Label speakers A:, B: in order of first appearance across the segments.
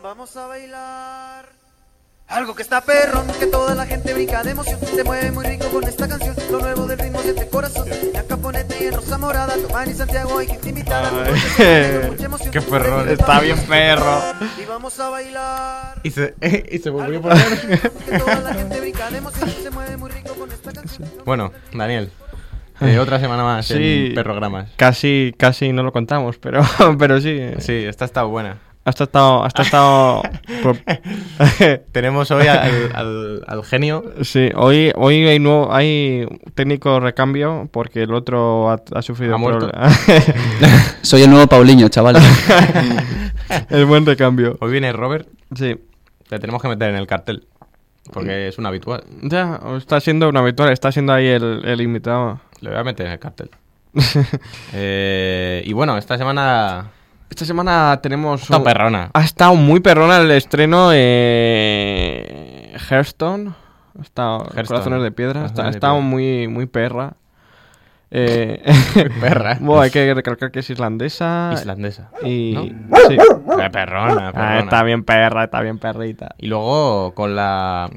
A: Vamos a bailar. Algo que está perrón, que toda la gente brinca de emoción. Se mueve muy rico con esta canción. Lo nuevo del ritmo de este corazón. La caponete y en rosa morada. Tomán y Santiago hay gente invitada.
B: Qué perrón, está bien perro.
A: Y vamos a bailar.
B: Y se, y se volvió a
A: Algo
B: poner.
A: que está perrón, que toda la gente brinca de emoción. Se mueve muy rico con esta canción.
C: Bueno, Daniel, eh, otra semana más
B: Sí.
C: en Perrogramas.
B: Casi, casi no lo contamos, pero, pero sí. eh,
C: Sí, esta está buena.
B: Hasta ha estado. Hasta ha estado
C: Tenemos hoy al, al- al genio.
B: sí, hoy, hoy hay, nuevo, hay técnico recambio porque el otro ha, ha sufrido.
C: Ha muerto.
B: proble-
D: Soy el nuevo Paulinho, chaval.
B: el buen recambio.
C: Hoy viene Robert,
B: Sí.
C: le tenemos que meter en el cartel. Porque es un habitual.
B: Ya, está siendo una habitual, está siendo ahí el, el invitado.
C: Le voy a meter en el cartel. Eh, y bueno, esta semana
B: Esta semana tenemos.
C: está
B: un-
C: perrona.
B: Ha estado muy perrona el estreno de Hearthstone. Ha estado
C: Hearthstone.
B: Corazones de Piedra.
C: Corazones
B: Está- ha
C: de
B: estado
C: Piedra.
B: muy, muy perra. Eh,
C: perra.
B: bueno, hay que recalcar que es islandesa.
C: Islandesa.
B: Y.
C: ¿no?
B: sí.
C: Perrona, perrona.
B: Ah, está bien perra, está bien perrita.
C: Y luego con la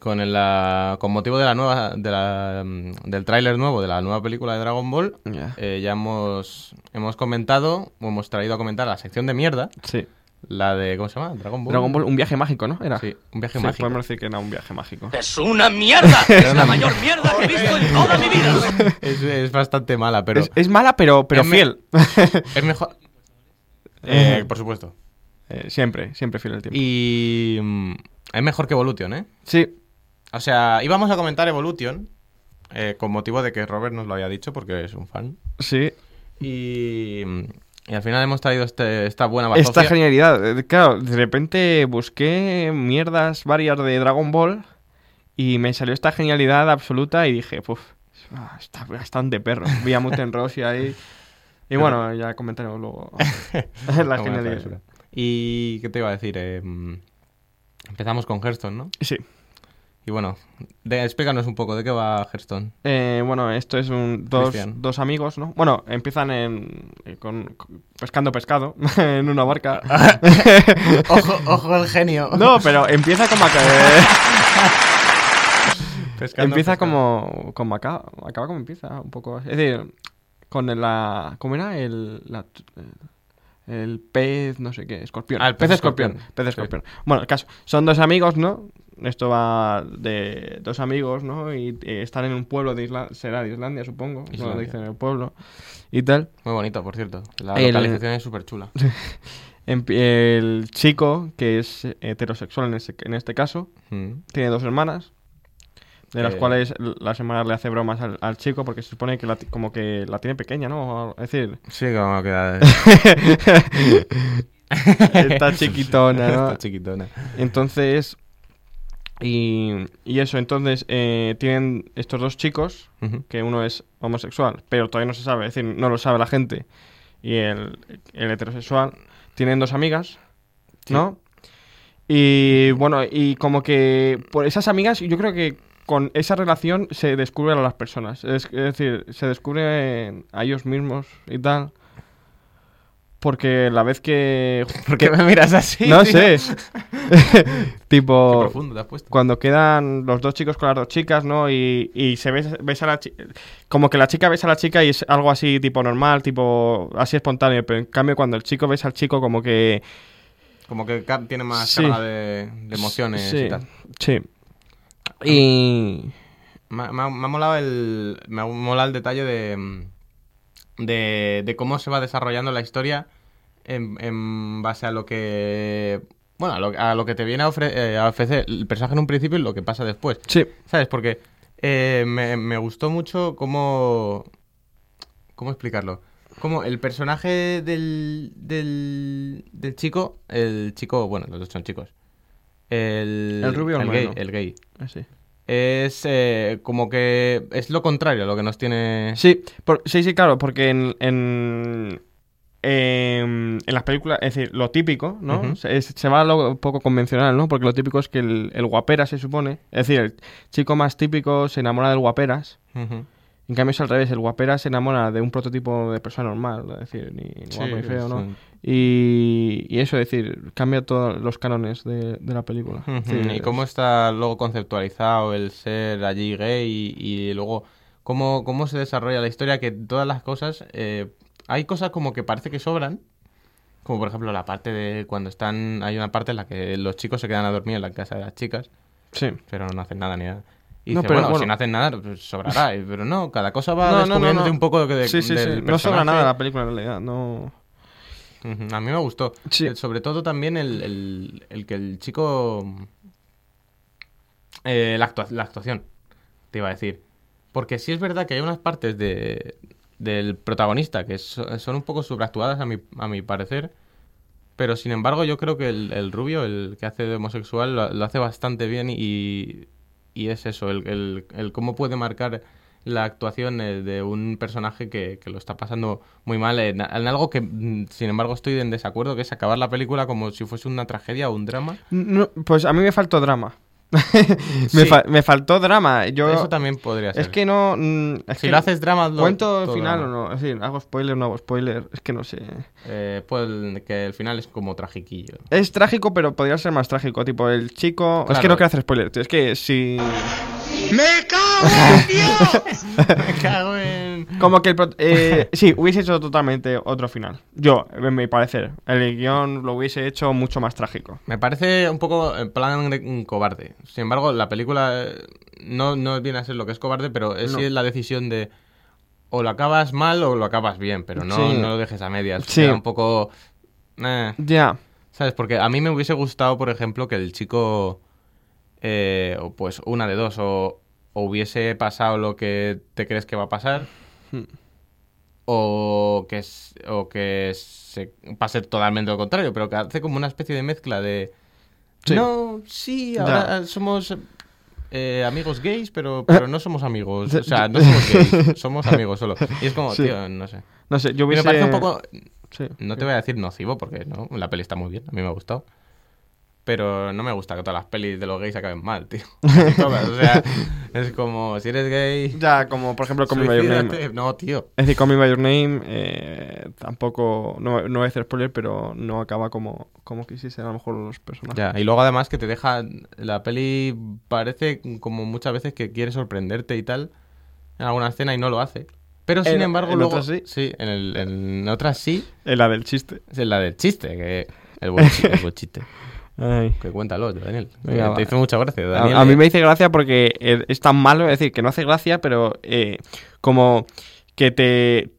C: con el, la- con motivo de la nueva de la, mm, del tráiler nuevo de la nueva película de Dragon Ball
B: Ya.
C: eh, ya hemos hemos comentado o hemos traído a comentar la sección de mierda
B: Sí.
C: la de cómo se llama Dragon Ball
B: Dragon Ball, un viaje mágico, ¿no? Era.
C: sí un viaje
B: Sí,
C: mágico
B: podemos decir que era un viaje mágico.
E: Es una mierda. Es la mayor mierda que he visto en toda mi vida.
C: es, es bastante mala pero
B: es, es mala, pero, pero
C: Es me-
B: fiel.
C: es mejor Eh, por supuesto
B: Eh, siempre, siempre fiel al tiempo.
C: y mm, es mejor que Evolution eh
B: Sí,
C: o sea íbamos a comentar Evolution eh, con motivo de que Robert nos lo había dicho porque es un fan
B: sí.
C: Y, mm, y al final hemos traído este- esta buena bazofia.
B: Esta genialidad. eh, Claro, de repente busqué mierdas varias de Dragon Ball y me salió esta genialidad absoluta y dije, puf, ah, está bastante perro. Vi a Muten Roshi ahí. Y bueno, ya comentaremos luego la
C: Una buena travesura.
B: genialidad.
C: Y qué te iba a decir. Eh, mm, empezamos con Hearthstone, ¿no?
B: Sí.
C: Y bueno, de- explícanos un poco de qué va Hearthstone.
B: Eh, bueno, esto es un dos,
C: Cristian.
B: dos amigos, ¿no? Bueno, empiezan en, eh, con, con- pescando pescado en una barca.
C: ojo, ojo el genio.
B: no, pero empieza como a que...
C: Pescando,
B: empieza
C: pescando.
B: como con Macao, acaba como empieza, un poco. Es decir, con el- la. ¿Cómo era? El, la- eh, el pez, no sé qué, escorpión.
C: Ah, el pez escorpión.
B: Pez
C: Sí.
B: escorpión. Bueno, el caso. Son dos amigos, ¿no? Esto va de dos amigos, ¿no? Y eh, están en un pueblo de Islandia, será de Islandia, supongo. No lo
C: Islandia.
B: dicen el pueblo y tal.
C: Muy bonito, por cierto. La
B: El-
C: localización es súper chula.
B: Empi- Em, El chico, que es heterosexual en, ese- en este caso,
C: Mm.
B: tiene dos hermanas, de las
C: Eh.
B: cuales l- las hermanas le hace bromas al, al chico porque se supone que la, ti- como que la tiene pequeña, ¿no? O- Es decir,
C: Sí, como queda.
B: está chiquitona, ¿no?
C: Está chiquitona.
B: Entonces, y, y eso, entonces eh, tienen estos dos chicos,
C: Ujú.
B: que uno es homosexual, pero todavía no se sabe, es decir, no lo sabe la gente, y el, el heterosexual, tienen dos amigas, ¿no? Y bueno, y como que por esas amigas, yo creo que con esa relación se descubren a las personas, es, es decir, se descubren a ellos mismos y tal. Porque la vez que...
C: ¿Por qué me miras así?
B: no
C: tío?
B: sé.
C: Qué
B: tipo
C: profundo te has puesto.
B: cuando quedan los dos chicos con las dos chicas, ¿no? Y, y se besa, besa a la chica. Como que la chica besa a la chica y es algo así, tipo normal, tipo así espontáneo. Pero en cambio, cuando el chico besa al chico, como que.
C: Como que ca- tiene más
B: Sí.
C: carga de, de emociones
B: sí,
C: y tal.
B: Sí. Y.
C: Me, me ha- me ha molado el. Me ha molado el detalle de. mm, De, de cómo se va desarrollando la historia en, en base a lo que. Bueno, a lo, a lo que te viene a, ofre- eh, a ofrecer el personaje en un principio y lo que pasa después.
B: Sí.
C: ¿Sabes? Porque eh, me, me gustó mucho cómo. ¿Cómo explicarlo? Como el personaje del, del, del chico, el chico, bueno, los dos son chicos. El,
B: ¿El rubio o el
C: gay,
B: moreno?
C: el gay.
B: Así.
C: Es eh, como que es lo contrario a lo que nos tiene...
B: Sí, por- sí, sí, claro, porque en, en, em, en las películas, es decir, lo típico, ¿no?
C: Ujú.
B: se, es- se va a lo poco convencional, ¿no? Porque lo típico es que el, el guapera se supone, es decir, el chico más típico se enamora del guaperas.
C: Ujú.
B: En cambio es al revés, el guapera se enamora de un prototipo de persona normal, es decir, ni, ni
C: Sí,
B: guapo ni feo, ¿no?
C: sí.
B: Y, y eso, es decir, cambia todos los cánones de, de la película.
C: Ujú,
B: Sí,
C: y
B: es-
C: cómo está luego conceptualizado el ser allí gay y, y luego cómo, cómo se desarrolla la historia, que todas las cosas... eh, hay cosas como que parece que sobran, como por ejemplo la parte de cuando están... Hay una parte en la que los chicos se quedan a dormir en la casa de las chicas,
B: Sí.
C: pero no hacen nada ni nada. Y
B: No,
C: dice,
B: pero
C: bueno,
B: bueno.
C: si no hacen nada, pues, sobrará. Y- Pero no, cada cosa va
B: No, no, no,
C: descubriéndote
B: no.
C: un poco de, de-
B: sí, sí, sí.
C: del
B: No sobra
C: personaje.
B: nada la película en realidad, no...
C: Ujú, A mí me gustó.
B: Sí.
C: Eh, Sobre todo también el, el- el que el chico... eh, la, actua- la actuación, te iba a decir. Porque sí es verdad que hay unas partes de, del protagonista que so- son un poco sobreactuadas a mi, a mi parecer. Pero sin embargo yo creo que el, el rubio, el que hace de homosexual, lo, lo hace bastante bien y, y es eso, el, el- el cómo puede marcar la actuación eh, de un personaje que, que lo está pasando muy mal en, en algo que, mm, sin embargo, estoy en desacuerdo, que es acabar la película como si fuese una tragedia o un drama.
B: No, pues a mí me faltó drama. me,
C: Sí.
B: fa- me faltó drama. Yo,
C: Eso también podría ser.
B: es que no. mm, es
C: si
B: que
C: lo haces drama, lo
B: ¿Cuento el
C: todo
B: final
C: drama.
B: o no? Es decir, ¿hago spoiler o no hago spoiler? Es que no sé.
C: Eh, pues el- que el final es como tragiquillo.
B: Es trágico, pero podría ser más trágico. Tipo, el chico. Es
C: Claro.
B: que no quiero hacer spoiler, tío. Es que si.
C: Me cago en...
B: Como que el. pro- eh, sí, hubiese hecho totalmente otro final. Yo, en mi parecer. El guión lo hubiese hecho mucho más trágico.
C: Me parece un poco en plan de- mm, cobarde. Sin embargo, la película eh, no, no viene a ser lo que es cobarde, pero es,
B: No.
C: sí es la decisión de o lo acabas mal o lo acabas bien, pero no,
B: Sí.
C: no lo dejes a medias.
B: Sí.
C: Queda un poco... eh,
B: Ya.
C: ¿Sabes? Porque a mí me hubiese gustado, por ejemplo, que el chico, eh, o pues una de dos, o, o hubiese pasado lo que te crees que va a pasar,
B: Hmm.
C: o que, es- o que se pase totalmente lo contrario, pero que hace como una especie de mezcla de...
B: Sí.
C: No, sí,
B: Ya.
C: ahora somos eh, amigos gays, pero, pero no somos amigos. O sea, no
B: De-
C: somos gays, somos amigos solo. Y es como,
B: Sí.
C: tío, no sé.
B: No sé, yo
C: Me
B: hubiese.
C: parece un poco
B: Sí.
C: no te voy a decir nocivo, porque no, la peli está muy bien, a mí me ha gustado. Pero no me gusta que todas las pelis de los gays acaben mal, tío. Casi todas, o sea, es como, si eres gay,
B: Ya, como por ejemplo con mi mayor
C: suicídate.
B: name.
C: No, tío.
B: Es decir, Call Me By Your Name eh, tampoco, no, no voy a hacer spoiler, pero no acaba como, como quisiesen a lo mejor los personajes.
C: Ya, y luego además que te deja, la peli parece como muchas veces que quiere sorprenderte y tal en alguna escena y no lo hace. Pero sin
B: En-
C: embargo
B: en
C: luego...
B: otras sí.
C: en, el- en otras sí.
B: Eh, la del chiste.
C: Es la del chiste, que... El buen chiste, el buen chiste.
B: Ay.
C: Que cuéntalo, Daniel.
B: Venga,
C: te
B: va.
C: hizo mucha gracia,
B: A-
C: Daniel. eh.
B: A, mí me dice gracia porque eh, es tan malo, es decir, que no hace gracia, pero eh, como que te...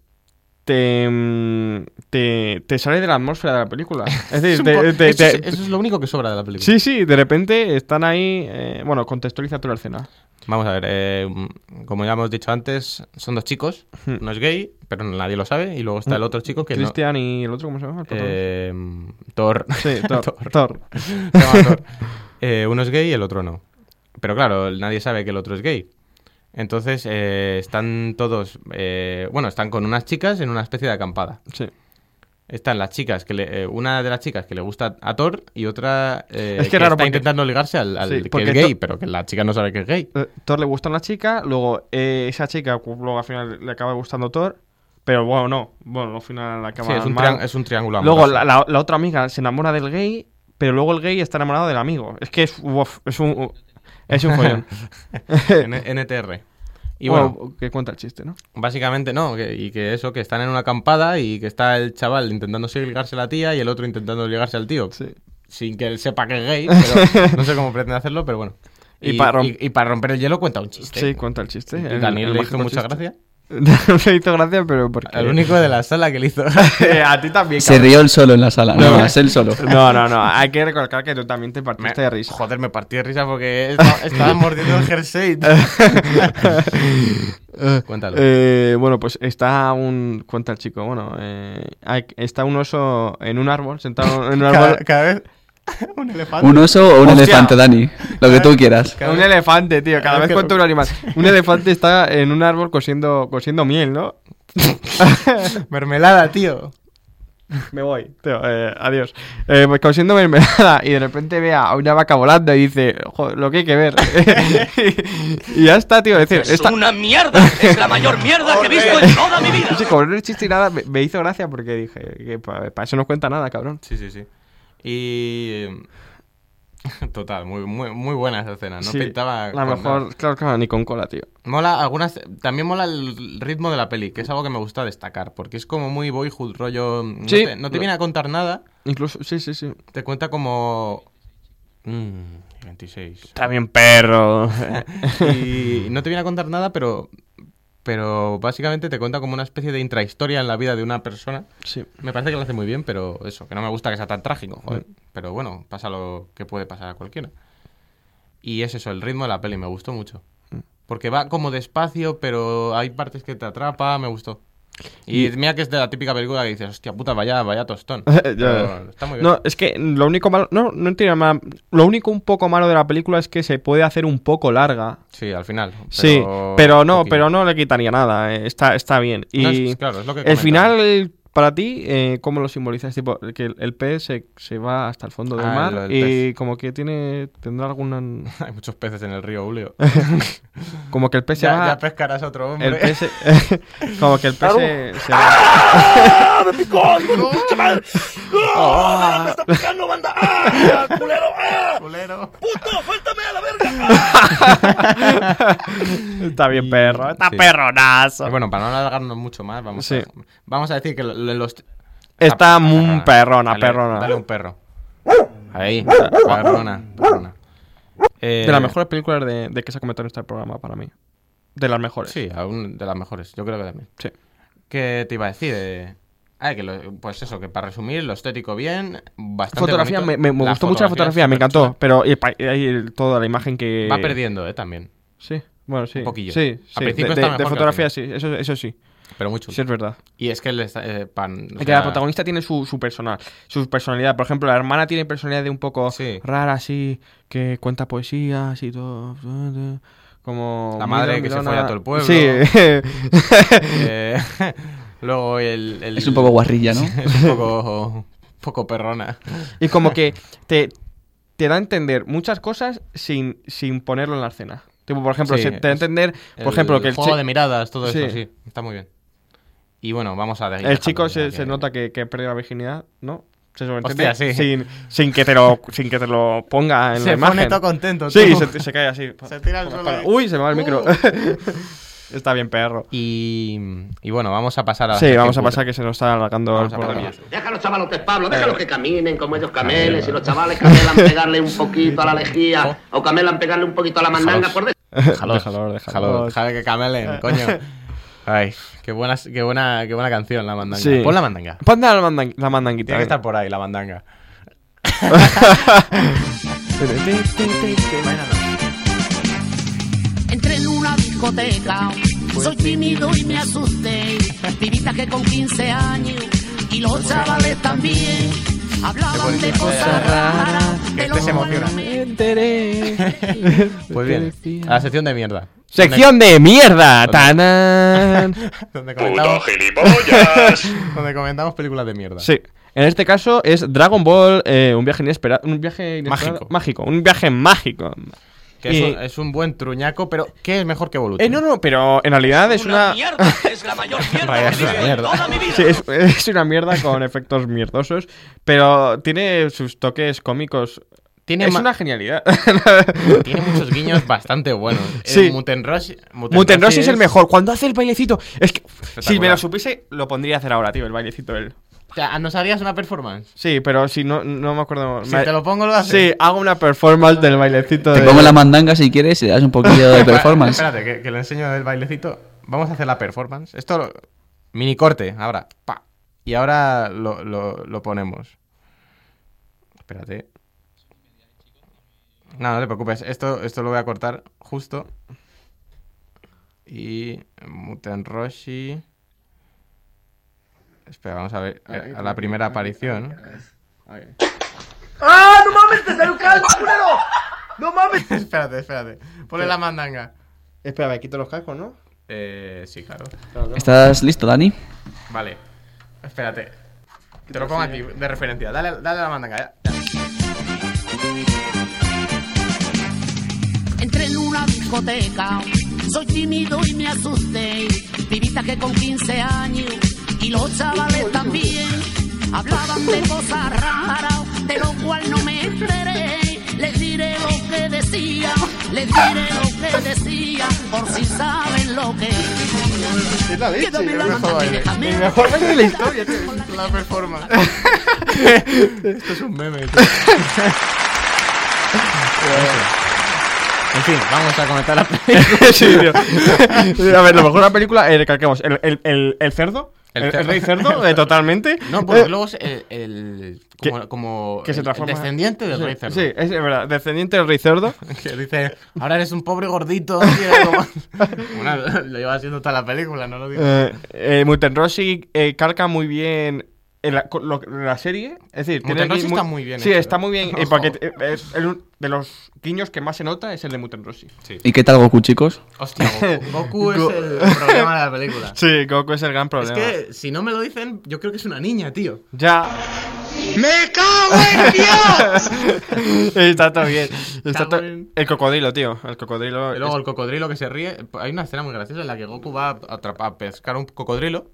B: Te, mm, te, te sale de la atmósfera de la película. Es decir,
C: Es un
B: te-
C: po-
B: te-
C: eso, es,
B: te-
C: eso es lo único que sobra de la película.
B: sí, sí, de repente están ahí. eh, bueno, contextualiza tú la escena.
C: Vamos a ver, eh, como ya hemos dicho antes, son dos chicos.
B: Hmm.
C: Uno es gay, pero nadie lo sabe. Y luego está el otro chico que no.
B: Cristian y el otro, ¿cómo se llama? El protagonista.
C: Eh, Thor.
B: sí, Thor.
C: Thor.
B: Thor.
C: Se llama Thor. Eh, uno es gay y el otro no. Pero claro, nadie sabe que el otro es gay. Entonces eh, están todos. eh, bueno, están con unas chicas en una especie de acampada.
B: Sí. Eh,
C: Están las chicas que le, eh, una de las chicas que le gusta a Thor y otra eh,
B: Es que raro
C: está
B: porque-
C: intentando ligarse al, al
B: Sí,
C: que
B: porque
C: es gay,
B: Thor-
C: pero que la chica no sabe que es gay.
B: Eh, Thor le gusta una chica, luego eh, esa chica cu- luego al final le acaba gustando Thor, pero bueno, no, bueno, al final la acaba
C: Sí, es un,
B: mal.
C: trián- es un triángulo
B: Luego
C: amoroso.
B: la, la- la otra amiga se enamora del gay, pero luego el gay está enamorado del amigo. Es que es, uf, es un es un follón.
C: N- NTR.
B: y
C: Y bueno,
B: bueno, que cuenta el chiste, ¿no?
C: básicamente no, que- y que eso, que están en una acampada y que está el chaval intentando ligarse a la tía y el otro intentando ligarse al tío.
B: Sí.
C: Sin que él sepa que es gay, pero no sé cómo pretende hacerlo, pero bueno.
B: Y para romp-
C: y para romper el hielo cuenta un chiste.
B: Sí, cuenta el chiste.
C: Y
B: el-
C: Daniel
B: el
C: le hizo
B: mágico
C: mucha
B: chiste.
C: gracia.
B: No te hizo gracia, pero porque...
C: El único de la sala que le hizo.
B: Eh, a ti también,
D: Se
B: cabrón.
D: rió él solo en la sala, no, es él solo.
B: No, no, no. Hay que recalcar que tú también te
C: Me-
B: partiste de risa.
C: Joder, me partí de risa porque estaba, estaba mordiendo el jersey. Cuéntalo.
B: Eh, bueno, pues está un... Cuenta el chico, bueno. eh, hay- está un oso en un árbol, sentado en un
C: cada,
B: árbol.
C: cada vez un elefante.
D: Un oso o un
B: Hostia.
D: elefante, Dani. Lo que tú quieras.
C: cada
B: un
C: vez-
B: elefante, tío. Cada
C: cada
B: vez
C: vez que
B: cuento
C: lo-
B: un animal. Un elefante está en un árbol cosiendo, cosiendo miel, ¿no?
C: Mermelada, tío.
B: Me voy, tío, eh, adiós. Eh, pues cosiendo mermelada y de repente ve a una vaca volando y dice, "Jo, lo que hay que ver. y ya está, tío. Es decir,
E: Es
B: esta,
E: una mierda. Es la mayor mierda que he visto en toda mi vida.
B: Sí, como no es chiste y nada, me, me hizo gracia porque dije, que para eso no cuenta nada, cabrón.
C: Sí, sí, sí. Y. em, Total, muy, muy, muy buena esa escena. No
B: Sí,
C: pintaba.
B: La
C: con
B: mejor,
C: nada.
B: claro, claro, ni con cola, tío.
C: Mola algunas. También mola el ritmo de la peli, que es algo que me gusta destacar. Porque es como muy boyhood, rollo. mm, No
B: Sí.
C: te, no te viene a contar nada.
B: Incluso, sí, sí, sí.
C: Te cuenta como. Mm, 26.
B: También perro.
C: y no te viene a contar nada, pero. Pero básicamente te cuenta como una especie de intrahistoria en la vida de una persona.
B: sí.
C: Me parece que lo hace muy bien, pero eso, que no me gusta que sea tan trágico, joder.
B: Mm.
C: Pero bueno, pasa lo que puede pasar a cualquiera. Y es eso, el ritmo de la peli me gustó mucho.
B: Mm.
C: Porque va como despacio, pero hay partes que te atrapa, me gustó. Y mira que es de la típica película que dices, hostia puta, vaya, vaya tostón.
B: Ya,
C: Pero
B: ya.
C: está muy bien.
B: No, es que lo único malo. No, no tiene nada. Lo único un poco malo de la película es que se puede hacer un poco larga.
C: Sí, al final. pero
B: sí, pero no,
C: poquito.
B: pero no le quitaría nada. eh, Está, está bien. Y
C: No, es- es claro, es lo que
B: el
C: comentaba.
B: final, el- para ti, eh, ¿cómo lo simbolizas? Tipo, que el, el pez se, se va hasta el fondo del
C: Ah,
B: mar
C: lo del
B: y
C: pez.
B: como que tiene. tendrá alguna.
C: Hay muchos peces en el río Julio.
B: Como que el pez se
C: ya,
B: va.
C: ya pescarás otro hombre.
B: el pez se- como que el pez se, se va.
C: Culero.
B: Está bien, perro. Está
C: Sí.
B: perronazo.
C: Eh, Bueno, para no alargarnos mucho más, vamos,
B: Sí.
C: a, vamos a decir que lo- lo- los...
B: Está muy
C: Ah,
B: perrona,
C: dale-
B: perrona.
C: Dale un perro. Ahí, perrona, perrona. Eh,
B: De las mejores películas de, de que se ha comentado en este programa para mí. De las mejores.
C: Sí, aún de las mejores, yo creo que también.
B: Sí.
C: ¿Qué te iba a decir? Eh, ay, que lo- pues eso, que para resumir, lo estético bien, bastante
B: Fotografía,
C: bonito.
B: me, me- me
C: La
B: gustó mucho la fotografía, me
C: es
B: encantó. Pero y el pa- y el- toda la imagen que.
C: superchula. Va perdiendo, eh, también.
B: Sí, bueno, sí.
C: Un poquillo.
B: Sí,
C: Al
B: sí.
C: principio
B: de,
C: está mejor
B: de- de
C: que al
B: fotografía,
C: final.
B: sí, eso, eso sí.
C: Pero muy chulo.
B: Sí, es verdad.
C: Y es que el está, eh, pan, o
B: Que
C: sea,
B: la protagonista tiene su, su personal, su personalidad. Por ejemplo, la hermana tiene personalidad de un poco
C: Sí.
B: rara, así, que cuenta poesías y todo. Como.
C: La
B: muy
C: madre que se
B: dormilona.
C: folla a todo el pueblo.
B: Sí.
C: eh, luego el, el-
D: Es un poco guarrilla, ¿no?
C: es un poco, poco perrona.
B: y como que te, te da a entender muchas cosas sin, sin ponerlo en la escena. Tipo, por ejemplo,
C: Sí,
B: se- te da a
C: es-
B: entender, por ejemplo, que el,
C: juego
B: chi-
C: de miradas, todo
B: Sí.
C: eso, sí. Está muy bien. Y bueno, vamos a
B: el chico se, se nota que, que perdió la virginidad, ¿no? Se sobreentiende
C: Hostia, sí.
B: sin, sin, que te lo, sin que te lo ponga en
C: Se
B: la
C: pone
B: imagen.
C: todo contento,
B: Sí,
C: tú.
B: se, se cae así.
C: Se tira al
B: Por la
C: suelo
B: espalda. Uy, se me va el micro.
C: Uh.
B: Está bien, perro.
C: Y, y bueno, vamos a pasar a. la
B: Sí,
C: sección
B: vamos a
C: culta.
B: pasar que se nos está alargando
C: Ah, Vamos a
B: el programa.
C: pasar.
F: Deja a los chavalotes, Pablo, déjalos que caminen como ellos camelen. Si los chavales camelan pegarle un poquito a la lejía
B: Oh.
F: o camelan pegarle un poquito a la mandanga, por
C: Déjalos,
B: Déjalos, déjalos.
C: déjalos, déjalo que camelen, coño. Ay, qué, buenas, qué, buena, qué buena canción la mandanga.
B: Sí.
C: Pon la mandanga.
B: Ponte la, mandan- la mandanguita.
C: Tiene que
B: venga.
C: estar por ahí, la mandanga.
G: Entré en una discoteca, soy tímido y me asusté. Pibita que con 15 años y los chavales también hablaban de cosas raras. de
C: Este se
G: lo
C: emociona.
G: bueno me-
C: Pues bien, a la sección de mierda.
B: Sección de mierda. Tanán.
C: Donde comentamos,
H: gilipollas!
C: donde comentamos películas de mierda.
B: Sí. En este caso es Dragon Ball, eh, un viaje inesperado. Un viaje inesperado-
C: Mágico.
B: Mágico. Un viaje mágico.
C: Que es,
B: Y-
C: un, es un buen truñaco, pero ¿qué es mejor que Evolution?
B: Eh, no, no, pero en realidad es una.
E: mierda. Es la mayor mierda
C: Vaya,
E: que
C: es
E: he
C: una
E: visto en
C: mierda.
E: toda mi vida.
B: Sí, es, es una mierda con efectos mierdosos, pero tiene sus toques cómicos.
C: Tiene
B: es
C: ma-
B: una genialidad.
C: Tiene muchos guiños bastante buenos.
B: Sí.
C: El Muten Rush, Muten
B: Muten
C: Rush
B: Rossi es el mejor. Cuando hace el bailecito. Es que. Si me lo
C: Espectacular.
B: supiese, lo pondría a hacer ahora, tío, el bailecito él.
C: O sea, ¿nos harías una performance?
B: Sí, pero si no, no me acuerdo.
C: Si
B: Me-
C: te lo pongo, lo haces.
B: Sí, hago una performance del bailecito.
D: Te
B: de-
D: pongo la mandanga si quieres y le das un poquillo de performance.
C: Espérate, que, que le enseño el bailecito. Vamos a hacer la performance. Esto, lo- mini corte, ahora. Pa. Y ahora lo, lo- lo ponemos. Espérate. No, no te preocupes. Esto, esto lo voy a cortar justo. Y Muten Roshi. Espera, vamos a ver. eh, A, a la primera aparición.
A: ¡Ah, no mames! ¡Te salió un calco, culero! ¡No mames!
C: espérate, espérate. Ponle la mandanga.
B: Espera, me quito los cascos, ¿no?
C: Eh, sí, claro.
D: ¿Estás listo, Dani?
C: Vale. Espérate. Te lo pongo aquí de referencia. Dale, dale a la mandanga. ya.
G: Entré en una discoteca, soy tímido y me asusté. Pibitas que con 15 años y los chavales también hablaban de cosas raras, de lo cual no me enteré. Les diré lo que decía, les diré lo que decía, por si saben lo que es.
B: Es la
G: Quédame la
C: mejor
G: mandanga y
C: baile.
G: déjame.
C: El mejor baile de la historia, tío. La performance. Esto es un meme, tío. En fin, vamos a comentar la película.
B: sí, tío. A ver, lo mejor de la película, eh, recalquemos, el, el, el, el cerdo,
C: El
B: el,
C: cerdo.
B: el rey cerdo, eh, totalmente.
C: No, porque
B: Eh,
C: luego es el. el-
B: Que-
C: como como
B: que se
C: Pues el-
B: transforma-
C: el descendiente del
B: sí,
C: rey cerdo.
B: Sí, es verdad, descendiente del rey cerdo.
C: Que dice, ahora eres un pobre gordito. tío, como- Bueno, lo lleva haciendo toda la película, no lo digo.
B: Eh, eh, Muten Rossi eh, calca muy bien en la, con lo- la serie. Es decir, tiene
C: Muten Rossi
B: aquí
C: está muy bien
B: Sí,
C: hecho,
B: está
C: ¿eh?
B: muy bien. eh, porque eh, es el- de los guiños que más se nota es el de Muten Rossi.
D: ¿Y qué tal Goku, chicos?
C: Hostia, Goku, Goku es el problema de la película.
B: Sí, Goku es el gran
C: Es
B: problema.
C: que si no me lo dicen, yo creo que es una niña, tío.
B: Ya,
E: ¡Me cago en Dios!
B: está todo bien. Está
C: Está
B: todo-
C: bien.
B: El cocodrilo, tío. El
C: Y
B: cocodrilo. Ah, es-
C: luego el cocodrilo que se ríe. Hay una escena muy graciosa en la que Goku va a, atrapa- a pescar un cocodrilo.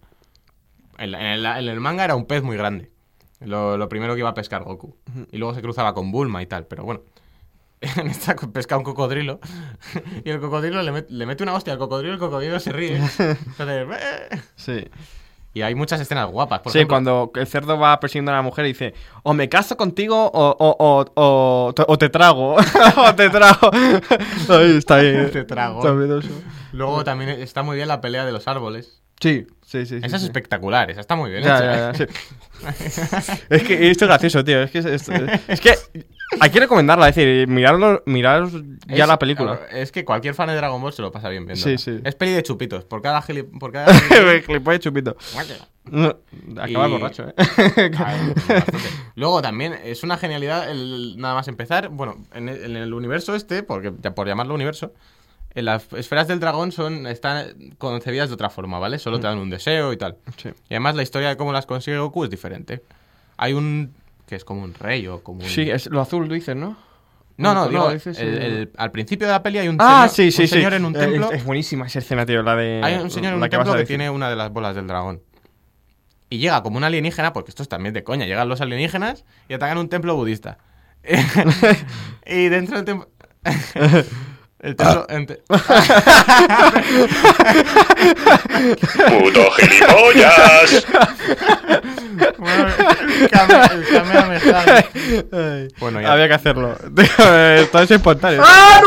C: En, la- en la- en el manga era un pez muy grande. Lo, lo primero que iba a pescar Goku. Y luego se cruzaba con Bulma y tal, pero bueno. En esta co- pesca un cocodrilo. Y el cocodrilo le, met- le mete una hostia al cocodrilo y el cocodrilo se ríe. Entonces, "Eh".
B: Sí.
C: y hay muchas escenas guapas. Por
B: sí,
C: ejemplo,
B: cuando el cerdo va persiguiendo a la mujer y dice, o me caso contigo o, o, o, o, o te trago. o te trago. Ahí está bien.
C: Te trago.
B: Está bien eso.
C: Luego también está muy bien la pelea de los árboles.
B: Sí, sí, sí. sí,
C: Esa es
B: sí.
C: espectacular, esa está muy bien.
B: Ya,
C: hecha,
B: ya,
C: ¿eh?
B: ya, sí. es que esto es gracioso, tío. Es que, es, es- es que hay que recomendarla, es decir, mirarlo, miraros ya
C: Es-
B: la película.
C: Es que cualquier fan de Dragon Ball se lo pasa bien viendo.
B: Sí, sí.
C: Es peli de chupitos. Por cada gili... Por cada...
B: Clipo de chupito. No, Acaba
C: eh. Y-
B: borracho, eh.
C: Claro, bastante. Luego también es una genialidad el- nada más empezar. Bueno, en el, en el universo este, porque ya por llamarlo universo, en las esferas del dragón son están concebidas de otra forma, ¿vale? Solo te dan un deseo y tal.
B: Sí.
C: Y además la historia de cómo las consigue Goku es diferente. Hay un que es como un rey o como un...
B: Sí, es lo azul, lo dices, ¿no?
C: No, no,
B: Digo,
C: no.
B: dices,
C: el-
B: eh,
C: el- al principio de la peli hay un
B: Ah,
C: señor,
B: sí, sí,
C: un
B: sí.
C: señor en un
B: Eh,
C: templo.
B: Es, es buenísima esa escena, tío. La de.
C: Hay un señor en
B: Eh, la
C: un templo
B: vas a
C: que,
B: decir.
C: tiene una de las bolas del dragón. Y llega como un alienígena, porque esto es también de coña. Llegan los alienígenas y atacan un templo budista. y dentro del templo. El templo. ente-
H: ¡Puto gilipollas!
C: Bueno, el Kame- el Kamehameha. Bueno, ya.
B: Había que hacerlo. Tío, eh, todo es espontáneo.
C: Ah.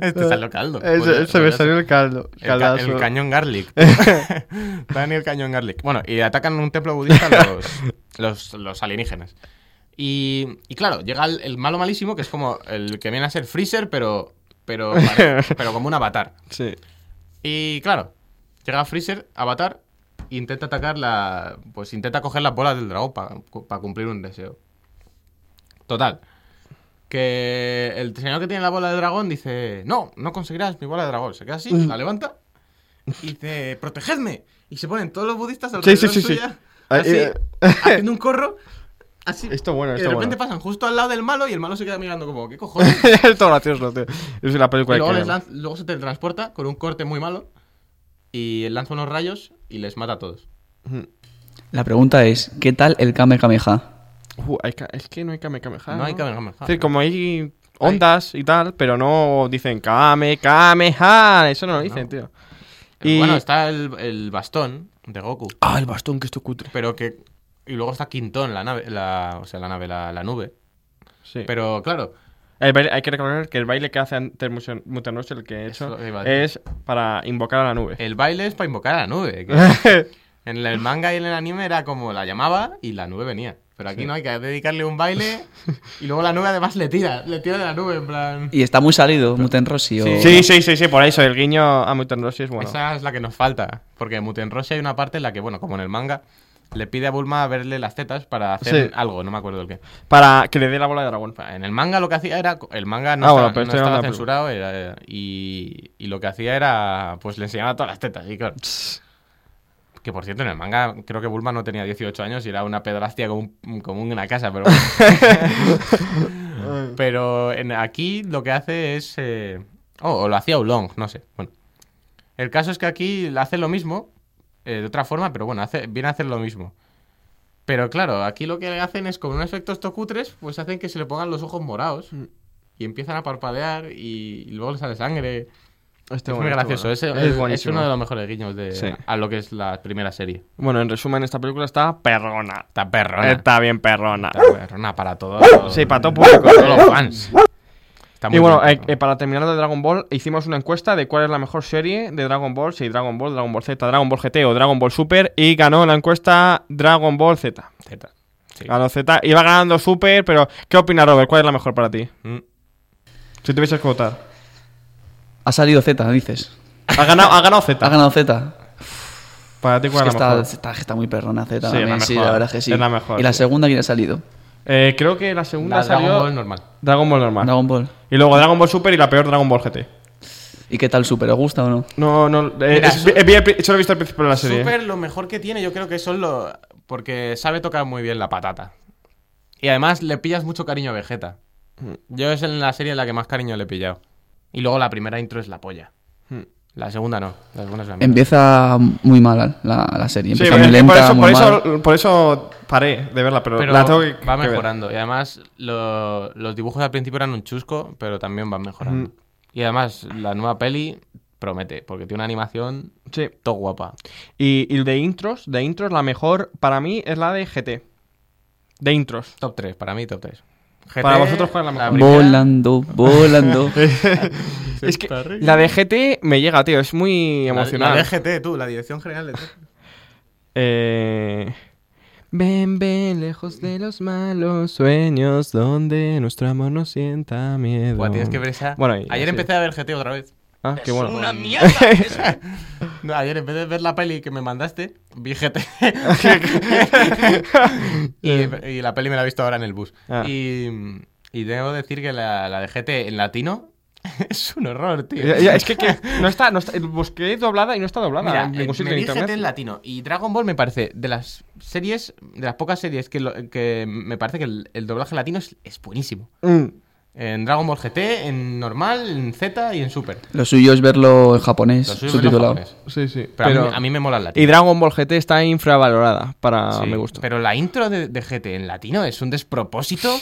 C: Este salió caldo.
B: Eh, se-
C: Podría-
B: se me
C: podría
B: salió
C: ser.
B: el caldo.
C: El, ca- el
B: caldazo.
C: cañón garlic. Daniel cañón garlic. Bueno, y atacan un templo budista los, los, los alienígenas. Y, y claro, llega el, el malo malísimo, que es como el que viene a ser Freezer, pero, pero, pare- pero como un avatar.
B: Sí.
C: Y claro, llega Freezer, avatar, e intenta atacar la. Pues intenta coger las bolas del dragón para cumplir un deseo. Total. Que el señor que tiene la bola de dragón dice: No, no conseguirás mi bola de dragón. Se queda así, la levanta y dice: ¡Protegedme! Y se ponen todos los budistas alrededor
B: sí, sí, sí.
C: suya,
B: Ay,
C: así,
B: eh,
C: haciendo un corro. Así.
B: Esto bueno,
C: y de
B: esto
C: repente
B: bueno.
C: pasan justo al lado del malo y el malo se queda mirando como: ¿Qué cojones?
B: es todo gracioso, tío. Es la película
C: Y luego,
B: que
C: les lanz- luego se teletransporta con un corte muy malo y lanza unos rayos y les mata a todos.
D: La pregunta es, ¿qué tal el Kamehameha?
B: Uh, hay ca- es que no hay Kamehameha.
C: No hay Kamehameha.
B: Es decir, como hay ondas y tal, pero no dicen Kame, Kameha. Eso no lo dicen, tío.
C: Y...
B: Y-
C: Bueno, está el, el bastón de Goku,
B: Ah, el bastón, que esto cutre.
C: pero que... Y luego está Quintón, la nave, la, o sea, la nave, la, la nube.
B: Sí.
C: Pero claro,
B: El baile- hay que recordar que el baile que hace antes Mutant Mutant Rush, el que he hecho,
C: Eso iba a decir.
B: es para invocar a la nube.
C: El baile es para invocar a la nube. que en el manga y en el anime era como la llamaba y la nube venía. Pero aquí no, hay que dedicarle un baile y luego la nube además le tira, le tira de la nube en plan...
D: Y está muy salido, Muten Rossi. o-
B: Sí, sí, sí, sí, por eso el guiño a Mutant Rush es bueno.
C: Esa es la que nos falta, porque en Muten Roshi hay una parte en la que, bueno, como en el manga, le pide a Bulma verle las tetas para hacer
B: Sí.
C: algo, no me acuerdo el qué.
B: Para que le dé la bola de dragón.
C: En el manga lo que hacía era. El manga no
B: Ah,
C: estaba,
B: bueno, pero
C: no
B: esto era
C: estaba
B: una
C: censurado era- eh, y, y lo que hacía era. Pues le enseñaba todas las tetas. Y claro, que por cierto, en el manga creo que Bulma no tenía 18 años y era una pedrastia como, un- como una casa, pero. bueno. pero en- aquí lo que hace es. eh, oh, o lo hacía Oolong, no sé. Bueno. El caso es que aquí hace lo mismo, eh, de otra forma, pero bueno, hace, viene a hacer lo mismo. Pero claro, aquí lo que hacen es con unos efectos tocutres, pues hacen que se le pongan los ojos morados
B: Mm.
C: y empiezan a parpadear y, y luego le sale sangre.
B: Este
C: es muy
B: bueno, este
C: gracioso.
B: bueno.
C: Ese-
B: Es
C: Es, es
B: buenísimo.
C: uno de los mejores guiños de,
B: Sí.
C: a lo que es la primera serie.
B: Bueno, en resumen, esta película está perrona.
C: Está perrona.
B: Está bien perrona.
C: Está perrona para todos.
B: Sí, para todo
C: para
B: público.
C: todos los fans. Está muy
B: Y bueno,
C: bien,
B: eh, eh, para terminar de Dragon Ball, hicimos una encuesta de cuál es la mejor serie de Dragon Ball, si Dragon Ball, Dragon Ball Z, Dragon Ball GT o Dragon Ball Super, y ganó la encuesta Dragon Ball Z.
C: etcétera. Sí.
B: Ganó Z, iba ganando Super, pero ¿qué opinas, Robert? ¿Cuál es la mejor para ti?
C: Mm.
B: Si tuvieses que votar.
D: Ha salido Z, dices.
B: Ha ganado, ha ganado
D: Ha
B: Z.
D: ganado Z.
B: Para ti,
D: Es
B: ¿cuál
D: que
B: es la
D: está,
B: mejor?
D: está, está muy perrona Z.
B: Sí, es la
D: también, sí,
B: mejor.
D: la verdad es que sí.
B: Es la mejor,
D: ¿Y la
B: sí.
D: segunda quién ha salido?
B: Eh, creo que la segunda
C: La
B: salió
C: Dragon Ball normal.
B: Dragon Ball normal.
D: Dragon Ball.
B: Y luego Dragon Ball Super y la peor Dragon Ball GT.
D: ¿Y qué tal Super? ¿Os gusta o no?
B: No, no, eh,
C: Mira,
B: es-
C: su-
B: eh, vi el pri- solo he visto el principio de la serie.
C: Super lo mejor que tiene, yo creo que son lo porque sabe tocar muy bien la patata. Y además le pillas mucho cariño a Vegeta.
B: Mm.
C: Yo es en la serie en la que más cariño le he pillado. Y luego la primera intro es la polla.
B: Mm.
C: La segunda no, la segunda es la mierda.
D: Empieza muy mal la, la serie.
B: Sí,
D: Empieza
B: pero
D: muy
B: es que
D: lenta,
B: por, eso,
D: muy
B: por,
D: mal.
B: eso, por eso paré de verla, pero,
C: Pero
B: la tengo que
C: va
B: que ver.
C: mejorando. Y además lo- los dibujos al principio eran un chusco, pero también van mejorando.
B: Mm.
C: Y además la nueva peli promete, porque tiene una animación
B: Sí.
C: todo guapa.
B: Y, y de intros, de intros, la mejor para mí es la de GT. De intros.
C: Top 3, para mí top 3.
B: Para vosotros, ¿cuál es la mejor?
C: primera-
D: Volando, volando.
B: Es que la de GT me llega, tío, es muy emocional.
C: La, la DGT, tú, la dirección general de
B: Eh, Ven, ven, lejos de los malos sueños, donde nuestro amor no sienta miedo.
C: Buah, tienes que ver esa.
B: Bueno, y-
C: ayer
B: sí.
C: empecé a Mm. ver GT otra vez.
B: Ah, qué bueno.
E: Una mierda. Es-
C: No, ayer en vez de ver la peli que me mandaste, vi GT. y, y la peli me la he visto ahora en el bus.
B: Eh. Ah.
C: Y, y debo decir que la, la de GT en latino es un horror, tío.
B: Ya, ya, es que, que no, está, no está- busqué doblada y no está doblada
C: Mira,
B: en
C: eh,
B: ningún sitio
C: me
B: en
C: vi
B: internet.
C: GT en latino. Y Dragon Ball me parece de las series, de las pocas series que, lo- que me parece que el, el doblaje latino es- es buenísimo.
B: Mm.
C: En Dragon Ball GT, en normal, en Z y en Super.
D: Lo suyo es verlo en japonés,
C: Lo suyo es
D: subtitulado.
C: verlo en japonés.
B: Sí, sí.
C: Pero,
B: Pero-
C: a, mí, a mí me mola el
B: Y Ah,
C: latino.
B: Dragon Ball GT está infravalorada para
C: Sí,
B: mi gusto.
C: Pero la intro de, de GT en latino es un despropósito.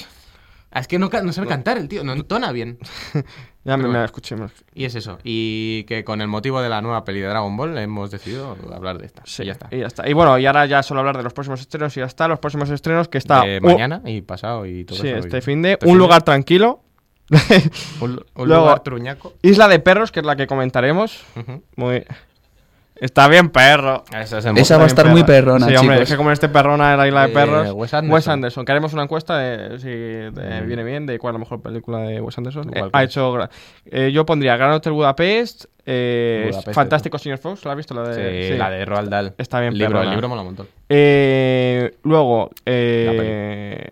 C: Es que no, ca- no sabe cantar el tío, no entona bien.
B: ya me,
C: pero
B: me
C: bueno.
B: la escuché. me la escuché.
C: Y es eso. Y que con el motivo de la nueva peli de Dragon Ball hemos decidido hablar de esta.
B: Sí,
C: Y ya está.
B: Y ya está. Y bueno, y ahora ya solo hablar de los próximos estrenos y ya está. Los próximos estrenos que está.
C: De
B: u-
C: mañana y pasado y todo
B: sí,
C: eso.
B: este
C: Y-
B: fin de.
C: este
B: Un
C: fin de-
B: lugar tranquilo.
C: Un, lu- un
B: Luego-
C: lugar truñaco.
B: Isla de perros, que es la que comentaremos.
C: Ujú. Ah,
B: Muy. Está bien, perro.
C: Esa es
D: Esa va a estar muy perrona,
B: Sí, hombre, es que
D: chicos.
B: como este perrona de la isla de
C: Eh,
B: perros.
C: Wes Anderson.
B: que haremos una encuesta de si te viene bien, de cuál es la mejor película de Wes Anderson.
C: Igual
B: Eh,
C: que
B: ha
C: es.
B: hecho. gra- eh, yo pondría Gran Hotel Budapest, eh,
C: Budapest,
B: Fantástico Señor Fox, ¿la has visto? La de, sí.
C: la de Roald Dahl.
B: Está bien
C: libro,
B: perrona.
C: El libro mola un montón.
B: Eh, luego, eh,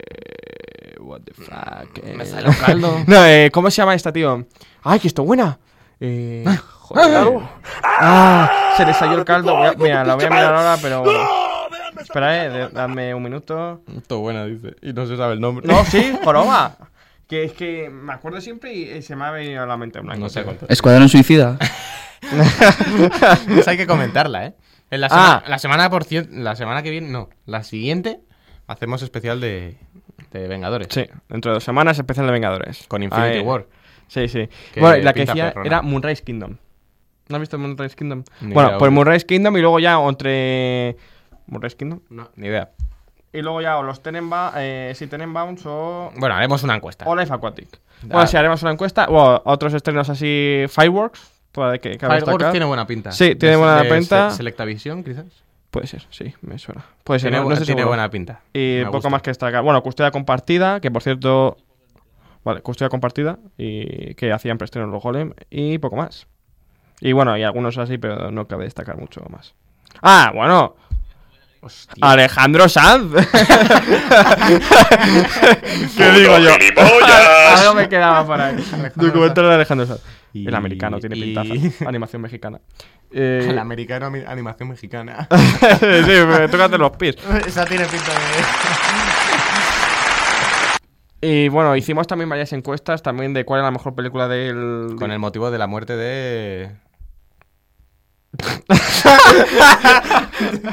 B: eh, What the fuck. eh.
C: Me sale un caldo.
B: no, eh, ¿cómo se llama esta, tío? ¡Ay, que está buena! Eh, joder, claro. ¡Ah! Se le salió el caldo. Voy a- mira, la voy a mirar ahora, pero. Espera, eh, de- dame un minuto.
C: Todo buena, dice. Y no se sabe el nombre.
B: No, sí, joroba. Que es que me acuerdo siempre y eh, se me ha venido a la mente en blanco.
C: No sé
B: tío.
C: contar.
D: Escuadrón Suicida.
C: Esa Pues hay que comentarla, ¿eh? En la,
B: Ah.
C: sema- la semana por cien- la semana que viene, no, la siguiente hacemos especial de, de Vengadores.
B: Sí, dentro de dos semanas empiezan los Vengadores.
C: Con Infinity
B: Ahí.
C: War.
B: Sí, sí.
C: Que
B: bueno, y la que
C: pinta
B: decía
C: perrona.
B: era Moonrise Kingdom. ¿No has visto Moonrise Kingdom?
C: Ni
B: bueno,
C: idea,
B: pues
C: hombre.
B: Moonrise Kingdom y luego ya entre. Moonrise Kingdom.
C: No, ni idea.
B: Y luego ya o los Tenenba, eh, si Tenenbaums o,
C: Bueno, haremos una encuesta.
B: o Life Aquatic. Bueno, si haremos una encuesta. O otros estrenos así, Fireworks. puede que, cabe
C: Fireworks
B: destacar.
C: tiene buena pinta.
B: Sí, tiene
C: De-
B: buena
C: de
B: pinta.
C: Se- Selectavision, quizás.
B: Puede ser, sí, me suena. Puede ser,
C: Tiene,
B: no, no
C: bu-
B: estoy
C: tiene
B: seguro.
C: buena pinta.
B: Y
C: Me
B: poco
C: gusta.
B: más que destacar. Bueno, custodia compartida, que por cierto. Vale, custodia compartida y que hacían preestreno los Golem y poco más. Y bueno, hay algunos así, pero no cabe destacar mucho más. Ah, bueno,
C: Hostia.
B: Alejandro Sanz. ¿Qué digo yo?
H: gilipollas!
B: Algo me quedaba por ahí. Ah, Documental de Alejandro Sanz.
C: Y-
B: El americano tiene
C: y-
B: pintaza. Animación mexicana. Eh,
C: El americano ami- animación mexicana.
B: sí, me- tócate los pies.
C: Esa tiene pinta de.
B: Y bueno, hicimos también varias encuestas también de cuál era la mejor película del.
C: Con el motivo de la muerte de.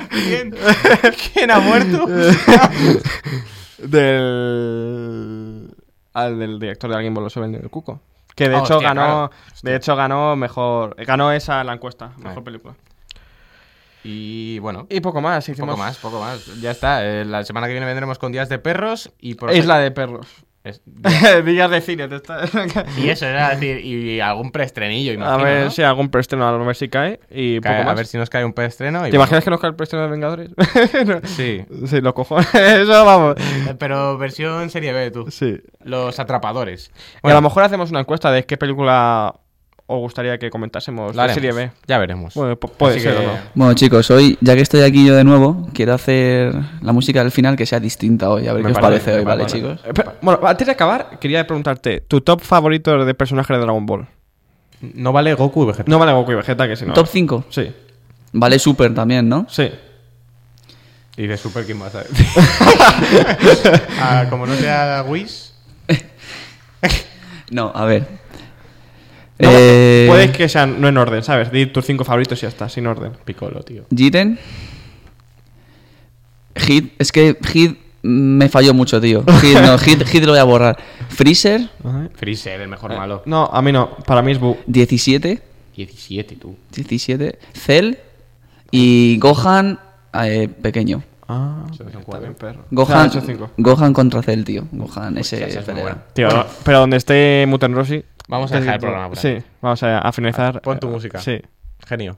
C: ¿Quién? ¿Quién ha muerto?
B: del al del director de Alguien voló sobre el nido del cuco que de
C: Ah,
B: hecho
C: hostia, claro.
B: ganó de hecho ganó mejor ganó esa la encuesta mejor
C: Ahí.
B: película
C: y bueno,
B: y poco más hicimos
C: poco más, poco más. Ya está. eh, la semana que viene vendremos con días de perros y. por-
B: Isla de perros
C: Es-
B: días de cine te está-
C: Y eso era decir, y algún preestrenillo, imagino.
B: a ver
C: ¿no?
B: si algún preestreno a ver si cae y
C: Cae-
B: poco más
C: a ver si nos cae un preestreno. y
B: ¿Te
C: bueno,
B: imaginas que nos cae el preestreno de Vengadores? No.
C: Sí.
B: Sí, los cojones. Eso vamos.
C: Eh, Pero versión serie B, tú.
B: Sí.
C: Los atrapadores.
B: Y a lo mejor hacemos una encuesta de qué película os gustaría que comentásemos
C: la
B: de
C: haremos.
B: Serie B.
C: Ya veremos.
B: Bueno, pu- puede
C: Así
B: ser
C: que-
B: o no.
D: Bueno, chicos, hoy, ya que estoy aquí yo de nuevo, quiero hacer la música del final que sea distinta hoy, a ver
C: Me
D: qué os
C: parece,
D: parece hoy,
C: me
D: ¿vale,
C: parece.
D: chicos?
B: Eh, pero, bueno, antes de acabar, quería preguntarte, ¿tu top favorito de personaje de Dragon Ball?
C: No vale Goku y Vegeta.
B: No vale Goku y Vegeta, que si no.
D: Top 5.
B: Sí,
D: Vale, super también, ¿no?
B: sí.
C: Y de Super King más. ah, como no sea Whis.
D: No, a ver.
B: No,
D: Eh,
B: Puedes que sean no en orden, ¿sabes? Di tus cinco favoritos y ya está, sin orden.
C: Piccolo, tío.
D: Jiren. Hit. Es que Hit me falló mucho, tío. Hit, no, Hit, Hit lo voy a borrar. Freezer,
C: Freezer, el eh, mejor malo.
B: No, a mí no. Para mí es Bu.
D: 17.
C: 17, tú.
D: 17. Cell. Y Gohan, eh, pequeño.
B: Ah,
C: son
B: está
C: cuatro.
B: bien, perro.
D: Gohan,
B: O sea, son cinco.
D: Gohan contra Cell, tío. Gohan, ese.
C: esa es muy
D: pelea.
C: buena.
B: Tío, no, pero donde esté Mutant Rossi...
C: Vamos a dejar el programa por ahí.
B: Sí, vamos a, a finalizar.
C: Pon tu
B: eh,
C: música.
B: Sí.
C: Genio.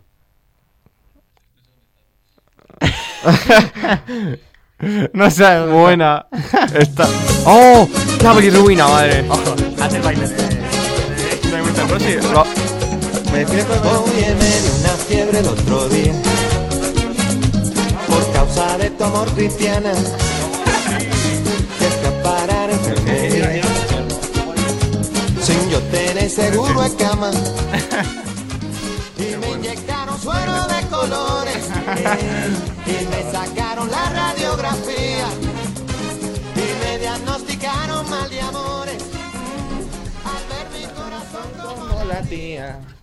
B: No sé, buena. Está... ¡Oh! La ruina, madre.
C: Haz el baile.
A: Hoy en una fiebre el otro día Por causa de tu amor cristiana Que escaparán enfermería Sin yo tener seguro en cama Y me inyectaron suero de colores Y me sacaron la radiografía Y me diagnosticaron mal de amores Al ver mi corazón como la tía